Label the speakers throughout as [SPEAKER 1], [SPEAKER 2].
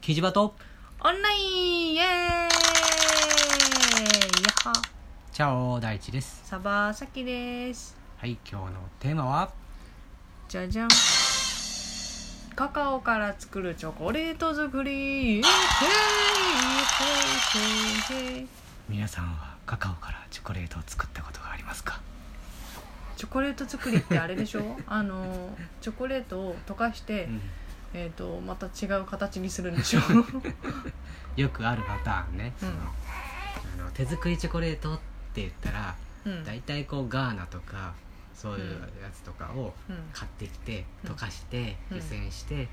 [SPEAKER 1] キジバト
[SPEAKER 2] オンラインイエーイやっは
[SPEAKER 1] チャオ大地です
[SPEAKER 2] サバサキです
[SPEAKER 1] はい今日のテーマは
[SPEAKER 2] じゃじゃんカカオから作るチョコレート作りイエーイイエーイイエーイイエーイ
[SPEAKER 1] 皆さんはカカオからチョコレートを作ったことがありますか
[SPEAKER 2] チョコレート作りってあれで しょあのチョコレートを溶かして、えっ、とまた違う形にするんでしょ
[SPEAKER 1] よくあるパターンね、
[SPEAKER 2] うん
[SPEAKER 1] そのあの手作りチョコレートって言ったら
[SPEAKER 2] うん
[SPEAKER 1] 大体こうガーナとかそういううんやつとかを
[SPEAKER 2] うん
[SPEAKER 1] 買ってきて
[SPEAKER 2] うん
[SPEAKER 1] 溶かして
[SPEAKER 2] うん
[SPEAKER 1] 湯煎して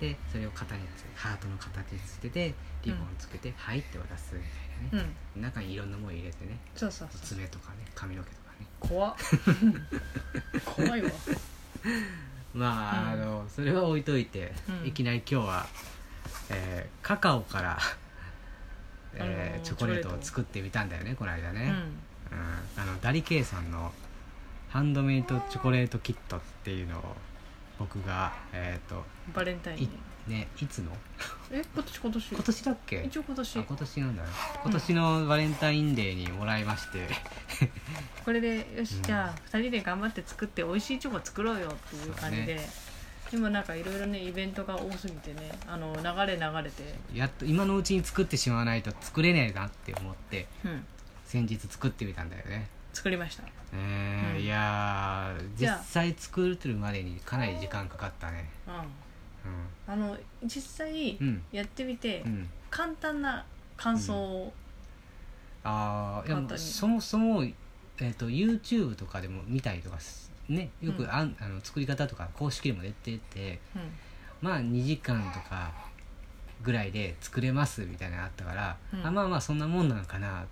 [SPEAKER 1] でそれを型につけてハートの形につけてリボンつけて「はい」って渡すみたいなね、
[SPEAKER 2] うん、うん、
[SPEAKER 1] 中にいろんなもの入れてね
[SPEAKER 2] そうそうそう
[SPEAKER 1] 爪とかね髪の毛とかね
[SPEAKER 2] 怖っ怖いわ
[SPEAKER 1] まあ、
[SPEAKER 2] うん
[SPEAKER 1] あのそれは置いといて、
[SPEAKER 2] うん
[SPEAKER 1] いきなり今日は、えーカカオから、
[SPEAKER 2] あのー
[SPEAKER 1] えーチョコレートを作ってみたんだよねこの間
[SPEAKER 2] う
[SPEAKER 1] ね、う
[SPEAKER 2] ん
[SPEAKER 1] んあのダリケイさんのハンドメイドチョコレートキットっていうのを僕がえっ、と
[SPEAKER 2] バレンタイン
[SPEAKER 1] い
[SPEAKER 2] に
[SPEAKER 1] ねいつの
[SPEAKER 2] え今年今年
[SPEAKER 1] 今年だっけ
[SPEAKER 2] 一応今年
[SPEAKER 1] あ今年なんだね今年のバレンタインデーにもらいまして、
[SPEAKER 2] これでよ
[SPEAKER 1] う
[SPEAKER 2] し
[SPEAKER 1] ん
[SPEAKER 2] じゃあ2人で頑張って作って美味しいチョコ作ろうよっていう感じ
[SPEAKER 1] そう
[SPEAKER 2] で、今なんかいろいろねイベントが多すぎてねあの流れ流れて、
[SPEAKER 1] やっと今のうちに作ってしまわないと作れねえなって思って
[SPEAKER 2] うん、
[SPEAKER 1] 先日作ってみたんだよね
[SPEAKER 2] 作りました
[SPEAKER 1] えー
[SPEAKER 2] うん
[SPEAKER 1] いやー
[SPEAKER 2] じ
[SPEAKER 1] 実
[SPEAKER 2] ゃあ
[SPEAKER 1] 際作るまでにかなり時間かかったね
[SPEAKER 2] うん
[SPEAKER 1] う
[SPEAKER 2] あの実際
[SPEAKER 1] んうん、
[SPEAKER 2] やってみて、
[SPEAKER 1] うん、
[SPEAKER 2] 簡単な感想を、
[SPEAKER 1] ああいや
[SPEAKER 2] 簡単に
[SPEAKER 1] もうそもそも、えー、と YouTube とかでも見たりとかすねよ
[SPEAKER 2] うん
[SPEAKER 1] くあん、あの作り方とか公式でも出てて
[SPEAKER 2] うん
[SPEAKER 1] まあ2時間とかぐらいで作れますみたいなのあったから、
[SPEAKER 2] うん
[SPEAKER 1] あまあまあそんなもんなのかなっ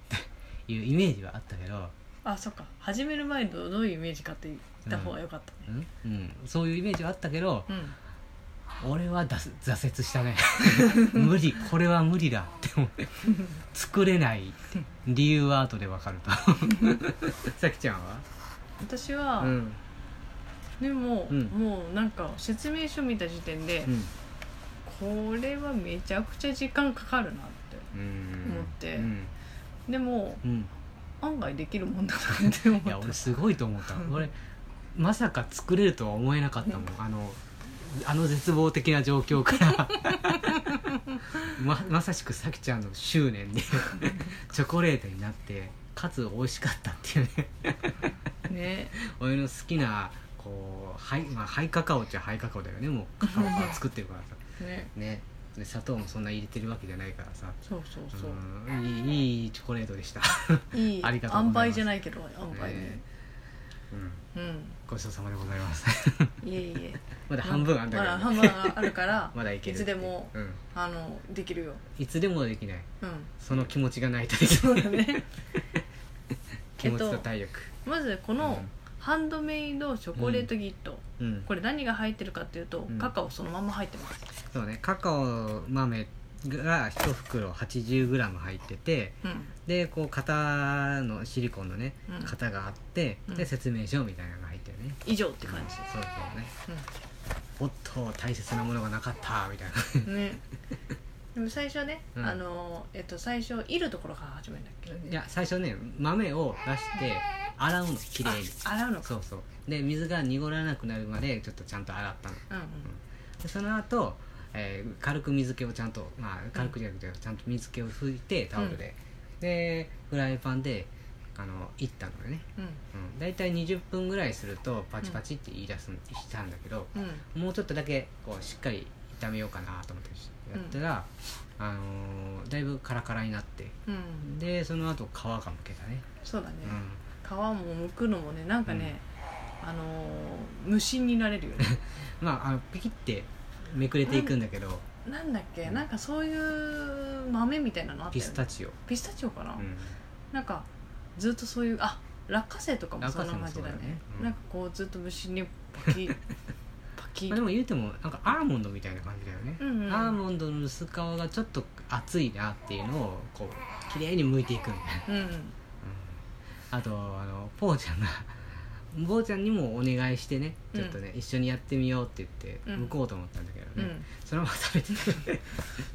[SPEAKER 1] ていうイメージはあったけど、
[SPEAKER 2] あそっか始める前にどういうイメージかって言った方が良かったね、
[SPEAKER 1] うんうん、そういうイメージはあったけど、
[SPEAKER 2] うん
[SPEAKER 1] 俺はだす挫折したね無理これは無理だって思って作れないって理由は後でわか るとさきちゃんは
[SPEAKER 2] 私は、
[SPEAKER 1] うん
[SPEAKER 2] でも、
[SPEAKER 1] うん
[SPEAKER 2] もうなんか説明書見た時点で、
[SPEAKER 1] うん
[SPEAKER 2] これはめちゃくちゃ時間かかるなって
[SPEAKER 1] うん
[SPEAKER 2] 思って
[SPEAKER 1] うん、
[SPEAKER 2] でも
[SPEAKER 1] うん、
[SPEAKER 2] 案外できるもんだなって思っ
[SPEAKER 1] い
[SPEAKER 2] た
[SPEAKER 1] や俺すごいと思った俺まさか作れるとは思えなかったもんあのあの絶望的な状況から ままさしくさきちゃんの執念で チョコレートになってかつ美味しかったっていうね
[SPEAKER 2] ね
[SPEAKER 1] 俺の好きなこうハイ,、まあ、ハイカカオっちゃハイカカオだよねもうカカオから作ってる からさ
[SPEAKER 2] ね
[SPEAKER 1] ねで砂糖もそんな入れてるわけじゃないからさ
[SPEAKER 2] そうそうそう、
[SPEAKER 1] うんいいいいチョコレートでした、
[SPEAKER 2] いい
[SPEAKER 1] ありがとうございま
[SPEAKER 2] 塩
[SPEAKER 1] す
[SPEAKER 2] 梅じゃないけど塩梅ね
[SPEAKER 1] ねうん、
[SPEAKER 2] うん
[SPEAKER 1] ごちそうさまでございます
[SPEAKER 2] いえいえ
[SPEAKER 1] まだ 半分あんだ
[SPEAKER 2] ま
[SPEAKER 1] けど
[SPEAKER 2] だ
[SPEAKER 1] ね、
[SPEAKER 2] 半分あるか ら
[SPEAKER 1] まだいける
[SPEAKER 2] いつでも、
[SPEAKER 1] うん、
[SPEAKER 2] あのできるよ
[SPEAKER 1] いつでもできない
[SPEAKER 2] うん
[SPEAKER 1] その気持ちがないとできな
[SPEAKER 2] そう
[SPEAKER 1] い
[SPEAKER 2] だね
[SPEAKER 1] 気持ちと体力、
[SPEAKER 2] まずこのハンドメイドチョコレートギット、
[SPEAKER 1] うんうん
[SPEAKER 2] これ何が入ってるかっていうと、
[SPEAKER 1] うん
[SPEAKER 2] カカオそのまま入ってます
[SPEAKER 1] そうねカカオ豆が1袋 80g 入ってて
[SPEAKER 2] うん
[SPEAKER 1] でこう型のシリコンのね、
[SPEAKER 2] うん
[SPEAKER 1] 型があって、
[SPEAKER 2] うん
[SPEAKER 1] で説明書みたいなのが入ってるね
[SPEAKER 2] 以上って感じ
[SPEAKER 1] そうそうねおっと大切なものがなかったみたいな
[SPEAKER 2] うんねでも最初ね、
[SPEAKER 1] うん
[SPEAKER 2] あのえっと最初いるところから始めるんだっけ
[SPEAKER 1] いや最初ね豆を出して洗うのきれいに
[SPEAKER 2] あ洗うのか
[SPEAKER 1] そうそうで水が濁らなくなるまでちょっとちゃんと洗ったの
[SPEAKER 2] うん
[SPEAKER 1] でその後、えー軽く水気をちゃんとまあ軽くじゃなくてちゃんと水気を拭いてタオルで、でフライパンであのいったのよね
[SPEAKER 2] うん
[SPEAKER 1] うん、大体20分ぐらいするとパチパチって言い出すん、したんだけど
[SPEAKER 2] うんうん
[SPEAKER 1] もうちょっとだけこうしっかり炒めようかなと思ってやったら、あのーだいぶカラカラになって
[SPEAKER 2] うん
[SPEAKER 1] でその後皮がむけたね、
[SPEAKER 2] そうだね、
[SPEAKER 1] うん、
[SPEAKER 2] 皮も剥くのもねなんかね、あのー無心になれるよね
[SPEAKER 1] まああのピキってめくれていくんだけど、
[SPEAKER 2] なんだっけなんかそういう豆みたいなのあった
[SPEAKER 1] ピ
[SPEAKER 2] よね
[SPEAKER 1] スタチオ、
[SPEAKER 2] ピスタチオかな、
[SPEAKER 1] うん
[SPEAKER 2] なんかずっとそういうあ落花生とかもそんな感じだね
[SPEAKER 1] 落花生もそうだねうん
[SPEAKER 2] なんかこうずっと無心にパキパキ
[SPEAKER 1] まあ、でも言うてもなんかアーモンドみたいな感じだよね、
[SPEAKER 2] うんうん
[SPEAKER 1] アーモンドの薄皮がちょっと厚いなっていうのをこう綺麗に剥いていくみたいな
[SPEAKER 2] うん
[SPEAKER 1] あとあのポーちゃんが 坊ちゃんにもお願いしてね
[SPEAKER 2] うん
[SPEAKER 1] ちょっとね、一緒にやってみようって言って
[SPEAKER 2] うん
[SPEAKER 1] 向こうと思ったんだけどね、
[SPEAKER 2] うん
[SPEAKER 1] そのまま食べてて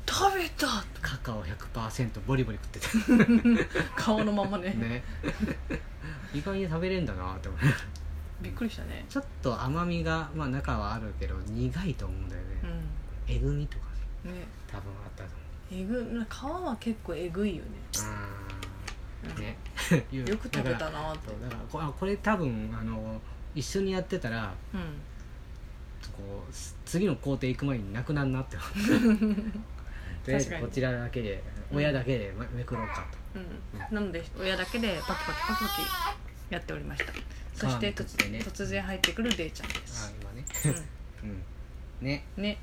[SPEAKER 2] 食べた
[SPEAKER 1] カカオ100%ボリボリ食ってた
[SPEAKER 2] 顔のままね
[SPEAKER 1] ね 意外に食べれんだなって思う
[SPEAKER 2] びっくりしたね
[SPEAKER 1] ちょっと甘みが、まあ、中はあるけど苦いと思うんだよね、
[SPEAKER 2] う
[SPEAKER 1] えぐみとかね
[SPEAKER 2] んね
[SPEAKER 1] 多分あったと
[SPEAKER 2] えぐ皮は結構えぐいよね
[SPEAKER 1] 思ううんねよ
[SPEAKER 2] よく食べ
[SPEAKER 1] だか
[SPEAKER 2] た
[SPEAKER 1] ら
[SPEAKER 2] なと
[SPEAKER 1] そうだからこあこれ多分あの一緒にやってたら
[SPEAKER 2] うん
[SPEAKER 1] こうす次の工程行く前になくなるなって思ってとりあえず
[SPEAKER 2] 確かに
[SPEAKER 1] こちらだけで
[SPEAKER 2] うん
[SPEAKER 1] 親だけでめめくろうかと、
[SPEAKER 2] うん、なので親だけでパキパキパキパキやっておりましたそして
[SPEAKER 1] そうなんで
[SPEAKER 2] 突
[SPEAKER 1] すね
[SPEAKER 2] 然突然入ってくるレイちゃんで
[SPEAKER 1] あ
[SPEAKER 2] す、
[SPEAKER 1] 今ね
[SPEAKER 2] う
[SPEAKER 1] うんね、
[SPEAKER 2] ん、ね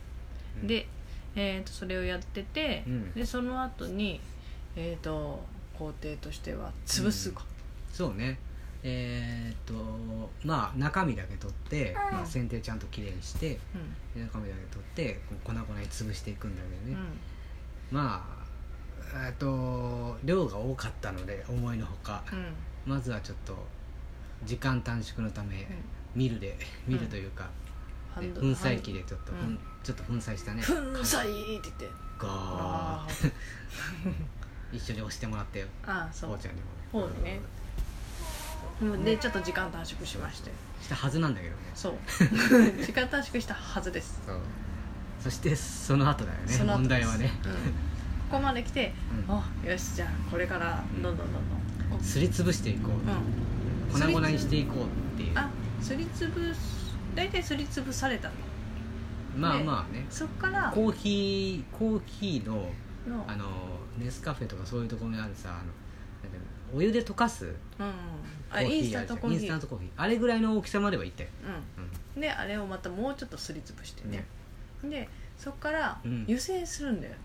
[SPEAKER 1] うん、
[SPEAKER 2] で、えー、とそれをやってて、
[SPEAKER 1] うん
[SPEAKER 2] でその後にえっ、と工程としては潰すか、
[SPEAKER 1] そうねえーっとまあ中身だけ取って、まあ、剪定ちゃんときれいにして
[SPEAKER 2] うん
[SPEAKER 1] で中身だけ取ってこう粉々に潰していくんだけ
[SPEAKER 2] う
[SPEAKER 1] ど
[SPEAKER 2] ん
[SPEAKER 1] ね、まあえーっと量が多かったので思いのほか、
[SPEAKER 2] うん
[SPEAKER 1] まずはちょっと時間短縮のため、ミルで
[SPEAKER 2] うん
[SPEAKER 1] ミルというか、
[SPEAKER 2] ハ
[SPEAKER 1] ね
[SPEAKER 2] ンド
[SPEAKER 1] 粉砕機でちょっと、
[SPEAKER 2] うん
[SPEAKER 1] ふんちょっと粉砕したね
[SPEAKER 2] ハンド粉砕って言って
[SPEAKER 1] ガー
[SPEAKER 2] あ
[SPEAKER 1] ッ一緒に押してもらってよ
[SPEAKER 2] あーそ
[SPEAKER 1] ほう
[SPEAKER 2] う
[SPEAKER 1] ちゃんにも
[SPEAKER 2] ほうにねうんでちょっと時間短縮しまして
[SPEAKER 1] したはずなんだけどね
[SPEAKER 2] そう時間短縮したはずです
[SPEAKER 1] そうそしてその後だよね
[SPEAKER 2] その後
[SPEAKER 1] 問
[SPEAKER 2] で
[SPEAKER 1] 題
[SPEAKER 2] す
[SPEAKER 1] はね、
[SPEAKER 2] うんここまで来て
[SPEAKER 1] うん
[SPEAKER 2] あよしじゃあこれからどんどんどんどんこ
[SPEAKER 1] すりつぶしていこう、
[SPEAKER 2] う
[SPEAKER 1] 粉々にしていこうっていうん
[SPEAKER 2] あすりつぶす大体すりつぶされたの
[SPEAKER 1] まあまあね
[SPEAKER 2] そっから
[SPEAKER 1] コーヒーコーヒーの
[SPEAKER 2] の
[SPEAKER 1] あのネスカフェとかそういうところにあるさあのなんていうのお湯で溶かす
[SPEAKER 2] うんうん
[SPEAKER 1] コ
[SPEAKER 2] あ
[SPEAKER 1] ーヒー
[SPEAKER 2] インスタントコーヒ
[SPEAKER 1] あるじゃんイン
[SPEAKER 2] ー
[SPEAKER 1] スタントコーヒーあれぐらいの大きさまではいったよ、う
[SPEAKER 2] うんであれをまたもうちょっとすりつぶして
[SPEAKER 1] ん
[SPEAKER 2] ね
[SPEAKER 1] ね
[SPEAKER 2] でそっから
[SPEAKER 1] うん
[SPEAKER 2] 湯煎するんだよね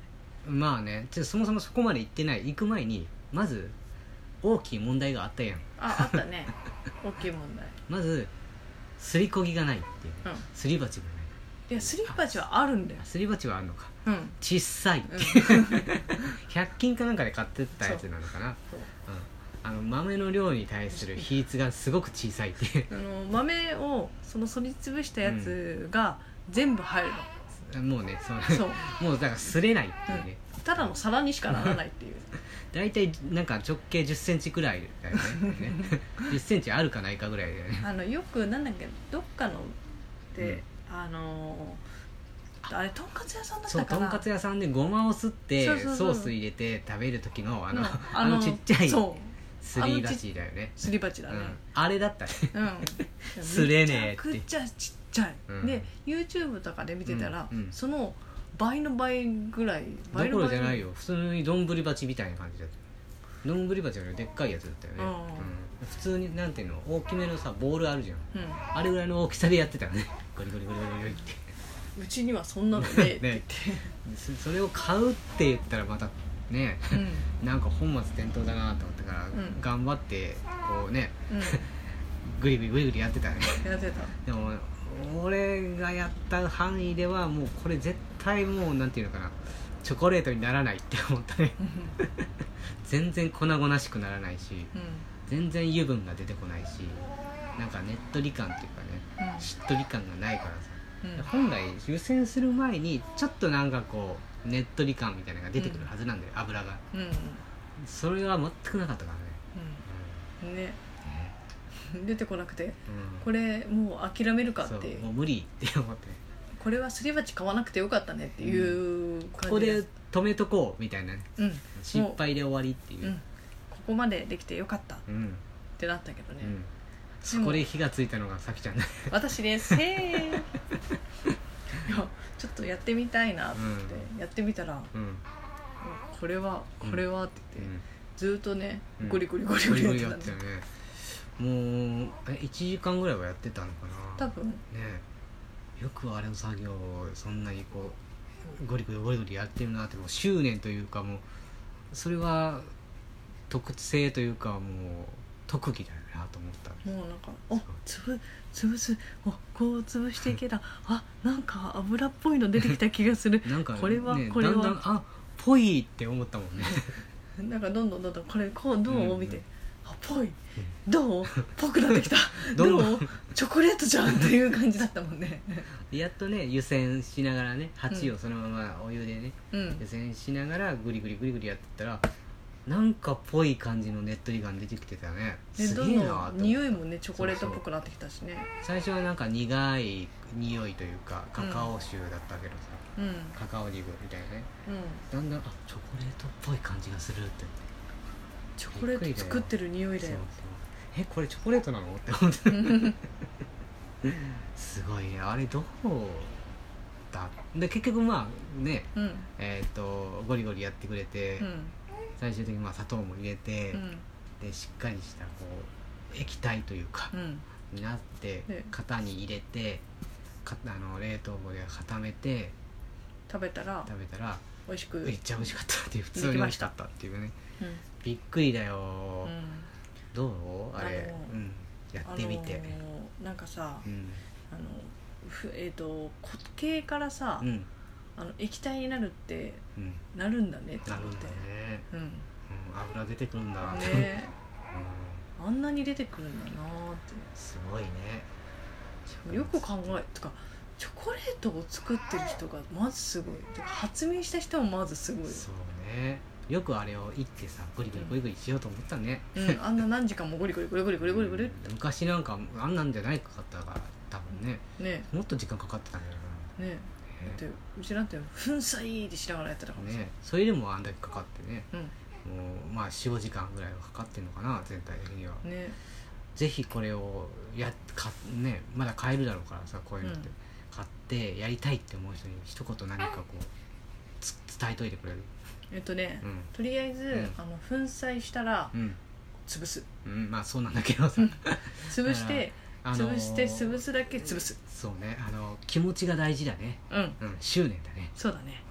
[SPEAKER 1] まあねちょっとそもそもそこまで行ってない行く前にまず大きい問題があったやん
[SPEAKER 2] ああった ね大きい問題
[SPEAKER 1] まずすりこぎがないっていうね
[SPEAKER 2] うん
[SPEAKER 1] すり鉢がない
[SPEAKER 2] いやすり鉢はあるんだよ
[SPEAKER 1] あすり鉢はあるのか
[SPEAKER 2] うん
[SPEAKER 1] 小さいって
[SPEAKER 2] うん
[SPEAKER 1] 100均かなんかで買ってったやつなのかな
[SPEAKER 2] そう
[SPEAKER 1] うんあの豆の量に対する比率がすごく小さいっていう
[SPEAKER 2] あの豆をそのすりつぶしたやつが全部入るの、
[SPEAKER 1] もうねその
[SPEAKER 2] そう
[SPEAKER 1] もうだからすれないっていうね、
[SPEAKER 2] ただの皿にしかならないっていう
[SPEAKER 1] 大体なんか直径1 0ンチくらいだよね 1 0ンチあるかないかぐらいだよね
[SPEAKER 2] あのよくなんだっけどっかので、あのーあれとんかつ屋さんだっ
[SPEAKER 1] そ
[SPEAKER 2] た
[SPEAKER 1] うと
[SPEAKER 2] か
[SPEAKER 1] ん
[SPEAKER 2] な
[SPEAKER 1] かつ屋さんでごまをすって
[SPEAKER 2] そうそうそう
[SPEAKER 1] ソース入れて食べる時のあ
[SPEAKER 2] う
[SPEAKER 1] の
[SPEAKER 2] ん
[SPEAKER 1] あのちっちゃい
[SPEAKER 2] そう
[SPEAKER 1] すり鉢だよね
[SPEAKER 2] すり鉢だ
[SPEAKER 1] う
[SPEAKER 2] ね
[SPEAKER 1] ん、あれだったね
[SPEAKER 2] うん
[SPEAKER 1] すれねえって
[SPEAKER 2] めちゃくちゃちっちゃい、
[SPEAKER 1] うん
[SPEAKER 2] で YouTube とかで見てたら、
[SPEAKER 1] うんうん
[SPEAKER 2] その倍の倍ぐらい
[SPEAKER 1] ど
[SPEAKER 2] 倍
[SPEAKER 1] こ
[SPEAKER 2] の倍
[SPEAKER 1] ろじゃないよ普通に丼鉢みたいな感じだった丼鉢よりでっかいやつだったよね、
[SPEAKER 2] うん
[SPEAKER 1] うん普通になんていうの大きめのさボールあるじゃん
[SPEAKER 2] うん
[SPEAKER 1] あれぐらいの大きさでやってたのねゴリゴリゴリゴリゴリって
[SPEAKER 2] うちにはそんなのねって言 っ
[SPEAKER 1] ねそそれを買うって言ったらまたね
[SPEAKER 2] て、
[SPEAKER 1] なんか本末転倒だなと思ったから、
[SPEAKER 2] ん
[SPEAKER 1] 頑張ってこうね
[SPEAKER 2] うん、うん
[SPEAKER 1] グリグリグリグリやってたね
[SPEAKER 2] やってた
[SPEAKER 1] でも俺がやった範囲ではもうこれ絶対もうなんていうのかなチョコレートにならないって思ったね
[SPEAKER 2] うん
[SPEAKER 1] 全然粉々しくならないし全然油分が出てこないしなんかねっとり感っていうかねしっとり感がないからさ
[SPEAKER 2] うんうん
[SPEAKER 1] 本来湯煎する前にちょっとなんかこうねっとり感みたいなのが出てくるはずなんだよ、油が
[SPEAKER 2] うんうん
[SPEAKER 1] それが全くなかったからね、
[SPEAKER 2] うんね
[SPEAKER 1] うんね
[SPEAKER 2] 出てこなくて
[SPEAKER 1] うん
[SPEAKER 2] これもう諦めるかっ
[SPEAKER 1] そう
[SPEAKER 2] て
[SPEAKER 1] もう無理って思って
[SPEAKER 2] これはすり鉢買わなくてよかったねっていう
[SPEAKER 1] こ
[SPEAKER 2] 感
[SPEAKER 1] こ
[SPEAKER 2] じで
[SPEAKER 1] です止めとこうみたいなね
[SPEAKER 2] うん
[SPEAKER 1] 失敗で終わりっていう
[SPEAKER 2] うんここまでできてよかったっ
[SPEAKER 1] うん、うん
[SPEAKER 2] てなったけどね、
[SPEAKER 1] そこで火がついたのがさきちゃんだ、
[SPEAKER 2] 私ですへえ いやちょっとやってみたいなって
[SPEAKER 1] う
[SPEAKER 2] やってみたら
[SPEAKER 1] うん
[SPEAKER 2] これは
[SPEAKER 1] うん
[SPEAKER 2] これはって
[SPEAKER 1] う
[SPEAKER 2] 言って
[SPEAKER 1] ん、
[SPEAKER 2] ずーっとね
[SPEAKER 1] うん
[SPEAKER 2] ゴリゴリゴリ
[SPEAKER 1] ゴ
[SPEAKER 2] ゴリ
[SPEAKER 1] リ
[SPEAKER 2] や
[SPEAKER 1] ゴ
[SPEAKER 2] っ
[SPEAKER 1] リ
[SPEAKER 2] て
[SPEAKER 1] やっ
[SPEAKER 2] たん
[SPEAKER 1] て
[SPEAKER 2] で
[SPEAKER 1] たよねもうえ1時間ぐらいはやってたのかな
[SPEAKER 2] 多分
[SPEAKER 1] ねえよくあれの作業をそんなにこうゴリゴリゴリゴリやってるなってもう執念というかもうそれは特性というかもう特技だよなと思った
[SPEAKER 2] もうなんかおつぶつぶすおこう潰していけたあなんか油っぽいの出てきた気がする
[SPEAKER 1] なんか、ね、
[SPEAKER 2] これはこれは
[SPEAKER 1] だんだんあぽいって思ったもんね
[SPEAKER 2] なんかどんどんどんどんこれこうどう、
[SPEAKER 1] うんうん
[SPEAKER 2] 見てあぽいどうぽくなってきた
[SPEAKER 1] どん
[SPEAKER 2] ど
[SPEAKER 1] どん
[SPEAKER 2] うチョコレートじゃんっていう感じだったもんね
[SPEAKER 1] やっとね湯煎しながらね鉢をそのままお湯でね、
[SPEAKER 2] うん
[SPEAKER 1] 湯煎しながらグリグリグリグリやってったらなんかぽい感じのねっとり感出てきてたね
[SPEAKER 2] ですど
[SPEAKER 1] げえな
[SPEAKER 2] の
[SPEAKER 1] と思っ
[SPEAKER 2] 匂
[SPEAKER 1] て
[SPEAKER 2] いもねチョコレートっぽくなってきたしね
[SPEAKER 1] 最初はなんか苦い匂いというかカカオ臭だったけどさ、
[SPEAKER 2] うんうん
[SPEAKER 1] カカオリブみたいなねだんだんあチョコレートっぽい感じがするって
[SPEAKER 2] チョコレート作ってる匂いだ
[SPEAKER 1] そうそ
[SPEAKER 2] よ
[SPEAKER 1] うえこれチョコレートなのって思って
[SPEAKER 2] うん
[SPEAKER 1] すごいねあれどうだで結局まあね
[SPEAKER 2] うん
[SPEAKER 1] えっ、とゴリゴリやってくれて、
[SPEAKER 2] うん
[SPEAKER 1] 最終的にまあ砂糖も入れて、
[SPEAKER 2] うん
[SPEAKER 1] でしっかりしたこう液体というか
[SPEAKER 2] う、ん
[SPEAKER 1] になって
[SPEAKER 2] で
[SPEAKER 1] 型に入れてかあの冷凍庫で固めて
[SPEAKER 2] 食べたら
[SPEAKER 1] 食べたら
[SPEAKER 2] 美味しくうん
[SPEAKER 1] めっちゃ美味しかったっていう普通に美味しかったっていうねびっくりだよ、
[SPEAKER 2] うん
[SPEAKER 1] どうあれ
[SPEAKER 2] あの
[SPEAKER 1] うん、やってみて、
[SPEAKER 2] あのーなんかさ
[SPEAKER 1] うん
[SPEAKER 2] あのふえっと固形からさ
[SPEAKER 1] うん
[SPEAKER 2] あの液体になるって
[SPEAKER 1] うん
[SPEAKER 2] なるんだねって
[SPEAKER 1] なる
[SPEAKER 2] 思っ
[SPEAKER 1] ん
[SPEAKER 2] て
[SPEAKER 1] だね、
[SPEAKER 2] うん
[SPEAKER 1] うん、油出てくるんだなって、
[SPEAKER 2] ね
[SPEAKER 1] うん、
[SPEAKER 2] あんなに出てくるんだなーっ
[SPEAKER 1] すごいね
[SPEAKER 2] てよく考えとかチョコレートを作ってる人がまずすごいてか発明した人もまずすごいよ
[SPEAKER 1] そうねよくあれをいってさグリグリグリグリしようと思ったね、
[SPEAKER 2] うん、あんな何時間もゴリゴリゴリゴリゴリゴリゴリって
[SPEAKER 1] 昔なんかあんなんじゃないかったから多分ね
[SPEAKER 2] ね
[SPEAKER 1] もっと時間かかってたんじゃないかな
[SPEAKER 2] ねだってうちなんて粉砕ってしながらやってたからさ、
[SPEAKER 1] ねそれでもあんだけかかってね
[SPEAKER 2] う
[SPEAKER 1] もうまあ45時間ぐらいはかかってんのかな全体的には
[SPEAKER 2] んね
[SPEAKER 1] ぜひこれをやっか、ね、まだ買えるだろうからさこういうのって、
[SPEAKER 2] うん
[SPEAKER 1] 買ってやりたいって思う人に一言何かこうつ伝えといてくれる
[SPEAKER 2] えっとね、
[SPEAKER 1] うん
[SPEAKER 2] とりあえず、
[SPEAKER 1] うん
[SPEAKER 2] あの粉砕したら
[SPEAKER 1] うん、
[SPEAKER 2] 潰す
[SPEAKER 1] うん、まあそうなんだけどさ、
[SPEAKER 2] 潰して
[SPEAKER 1] あのー
[SPEAKER 2] 潰して潰すだけ潰す
[SPEAKER 1] そうねあの気持ちが大事だね
[SPEAKER 2] うん
[SPEAKER 1] うん執念だね
[SPEAKER 2] そうだね